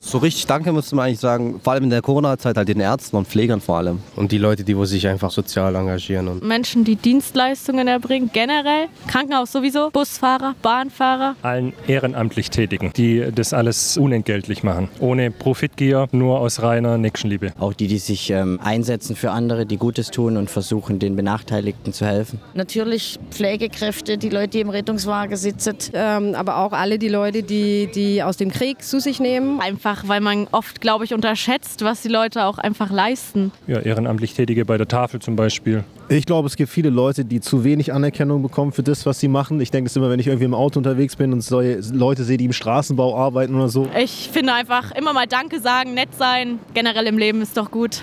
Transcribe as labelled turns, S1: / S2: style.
S1: So richtig Danke müsste man eigentlich sagen, vor allem in der Corona-Zeit halt den Ärzten und Pflegern vor allem.
S2: Und die Leute, die wo sich einfach sozial engagieren. Und
S3: Menschen, die Dienstleistungen erbringen, generell, Krankenhaus sowieso, Busfahrer, Bahnfahrer.
S4: allen ehrenamtlich Tätigen, die das alles unentgeltlich machen. Ohne Profitgier, nur aus reiner Nächstenliebe.
S5: Auch die, die sich ähm, einsetzen für andere, die Gutes tun und versuchen, den Benachteiligten zu helfen.
S6: Natürlich Pflegekräfte, die Leute, die im Rettungswagen sitzen.
S7: ähm, aber auch alle die Leute, die, die aus dem Krieg zu sich nehmen.
S3: Einfach, weil man oft, glaube ich, unterschätzt, was die Leute auch einfach leisten.
S4: Ja, ehrenamtlich Tätige bei der Tafel zum Beispiel.
S8: Ich glaube, es gibt viele Leute, die zu wenig Anerkennung bekommen für das, was sie machen. Ich denke es immer, wenn ich irgendwie im Auto unterwegs bin und solche Leute sehe, die im Straßenbau arbeiten oder so.
S3: Ich finde einfach, immer mal Danke sagen, nett sein, generell im Leben ist doch gut.